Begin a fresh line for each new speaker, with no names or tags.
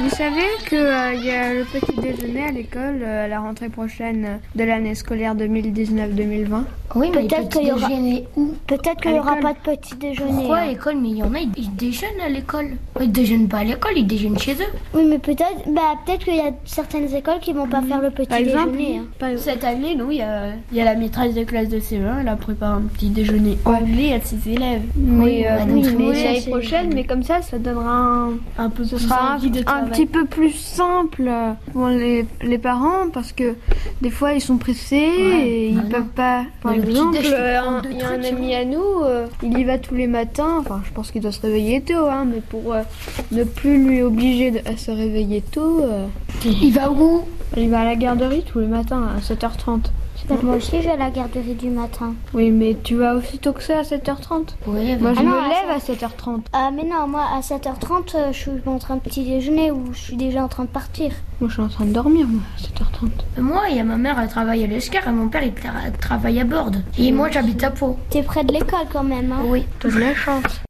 Vous savez qu'il y a le petit déjeuner à l'école euh, à la rentrée prochaine de l'année scolaire 2019-2020
Oui, mais
Peut-être
peut-être
qu'il y aura-
où
Peut-être qu'il n'y aura
l'école.
pas de petit déjeuner.
Pourquoi à
hein.
l'école Mais il y en a, ils, ils déjeunent à l'école. Ils déjeunent pas à l'école, ils déjeunent chez eux.
Oui, mais peut-être bah, peut qu'il y a certaines écoles qui vont pas faire le petit
Par exemple,
déjeuner. hein.
par exemple.
Cette année, nous, il y a, il y a la maîtresse de classe de CE1, elle a préparé un petit déjeuner anglais à ses élèves.
Mais, euh,
bah,
oui,
donc,
mais
oui,
l'année
c'est-
prochaine, mais comme ça, ça donnera un,
Un peu
ce
plus
sera un,
envie de
un
travail.
petit peu plus simple euh, pour les, les parents parce que des fois ils sont pressés
Ouais.
et ils
Ah non.
peuvent pas. Par
Mais le petit
exemple,
déj, tu peux
euh,
prendre
un-
deux
il y a un
trucs,
ami à nous, euh, il y va tous les matins, enfin je pense qu'il doit se réveiller tôt, hein, mais pour euh, ne plus lui obliger de- à se réveiller tôt, euh,
Il va où
il va à la garderie tous les matins à 7h30.
Bah, moi aussi, je vais à la garderie du matin.
Oui, mais tu vas aussi tôt que ça à 7h30.
Oui,
Moi je
Ah non,
me
à
lève à 7h30.
Ah, mais non, moi, à 7h30, euh, je suis en train de petit déjeuner ou je suis déjà en train de partir.
Moi je suis en train de dormir moi, à 7h30.
Moi, il y a ma mère, elle travaille à l'ESCAR et mon père, il tra- travaille à Borde. Et moi, j'habite à Pau.
T'es près de l'école quand même. Hein.
Oui.
T'as de la chance.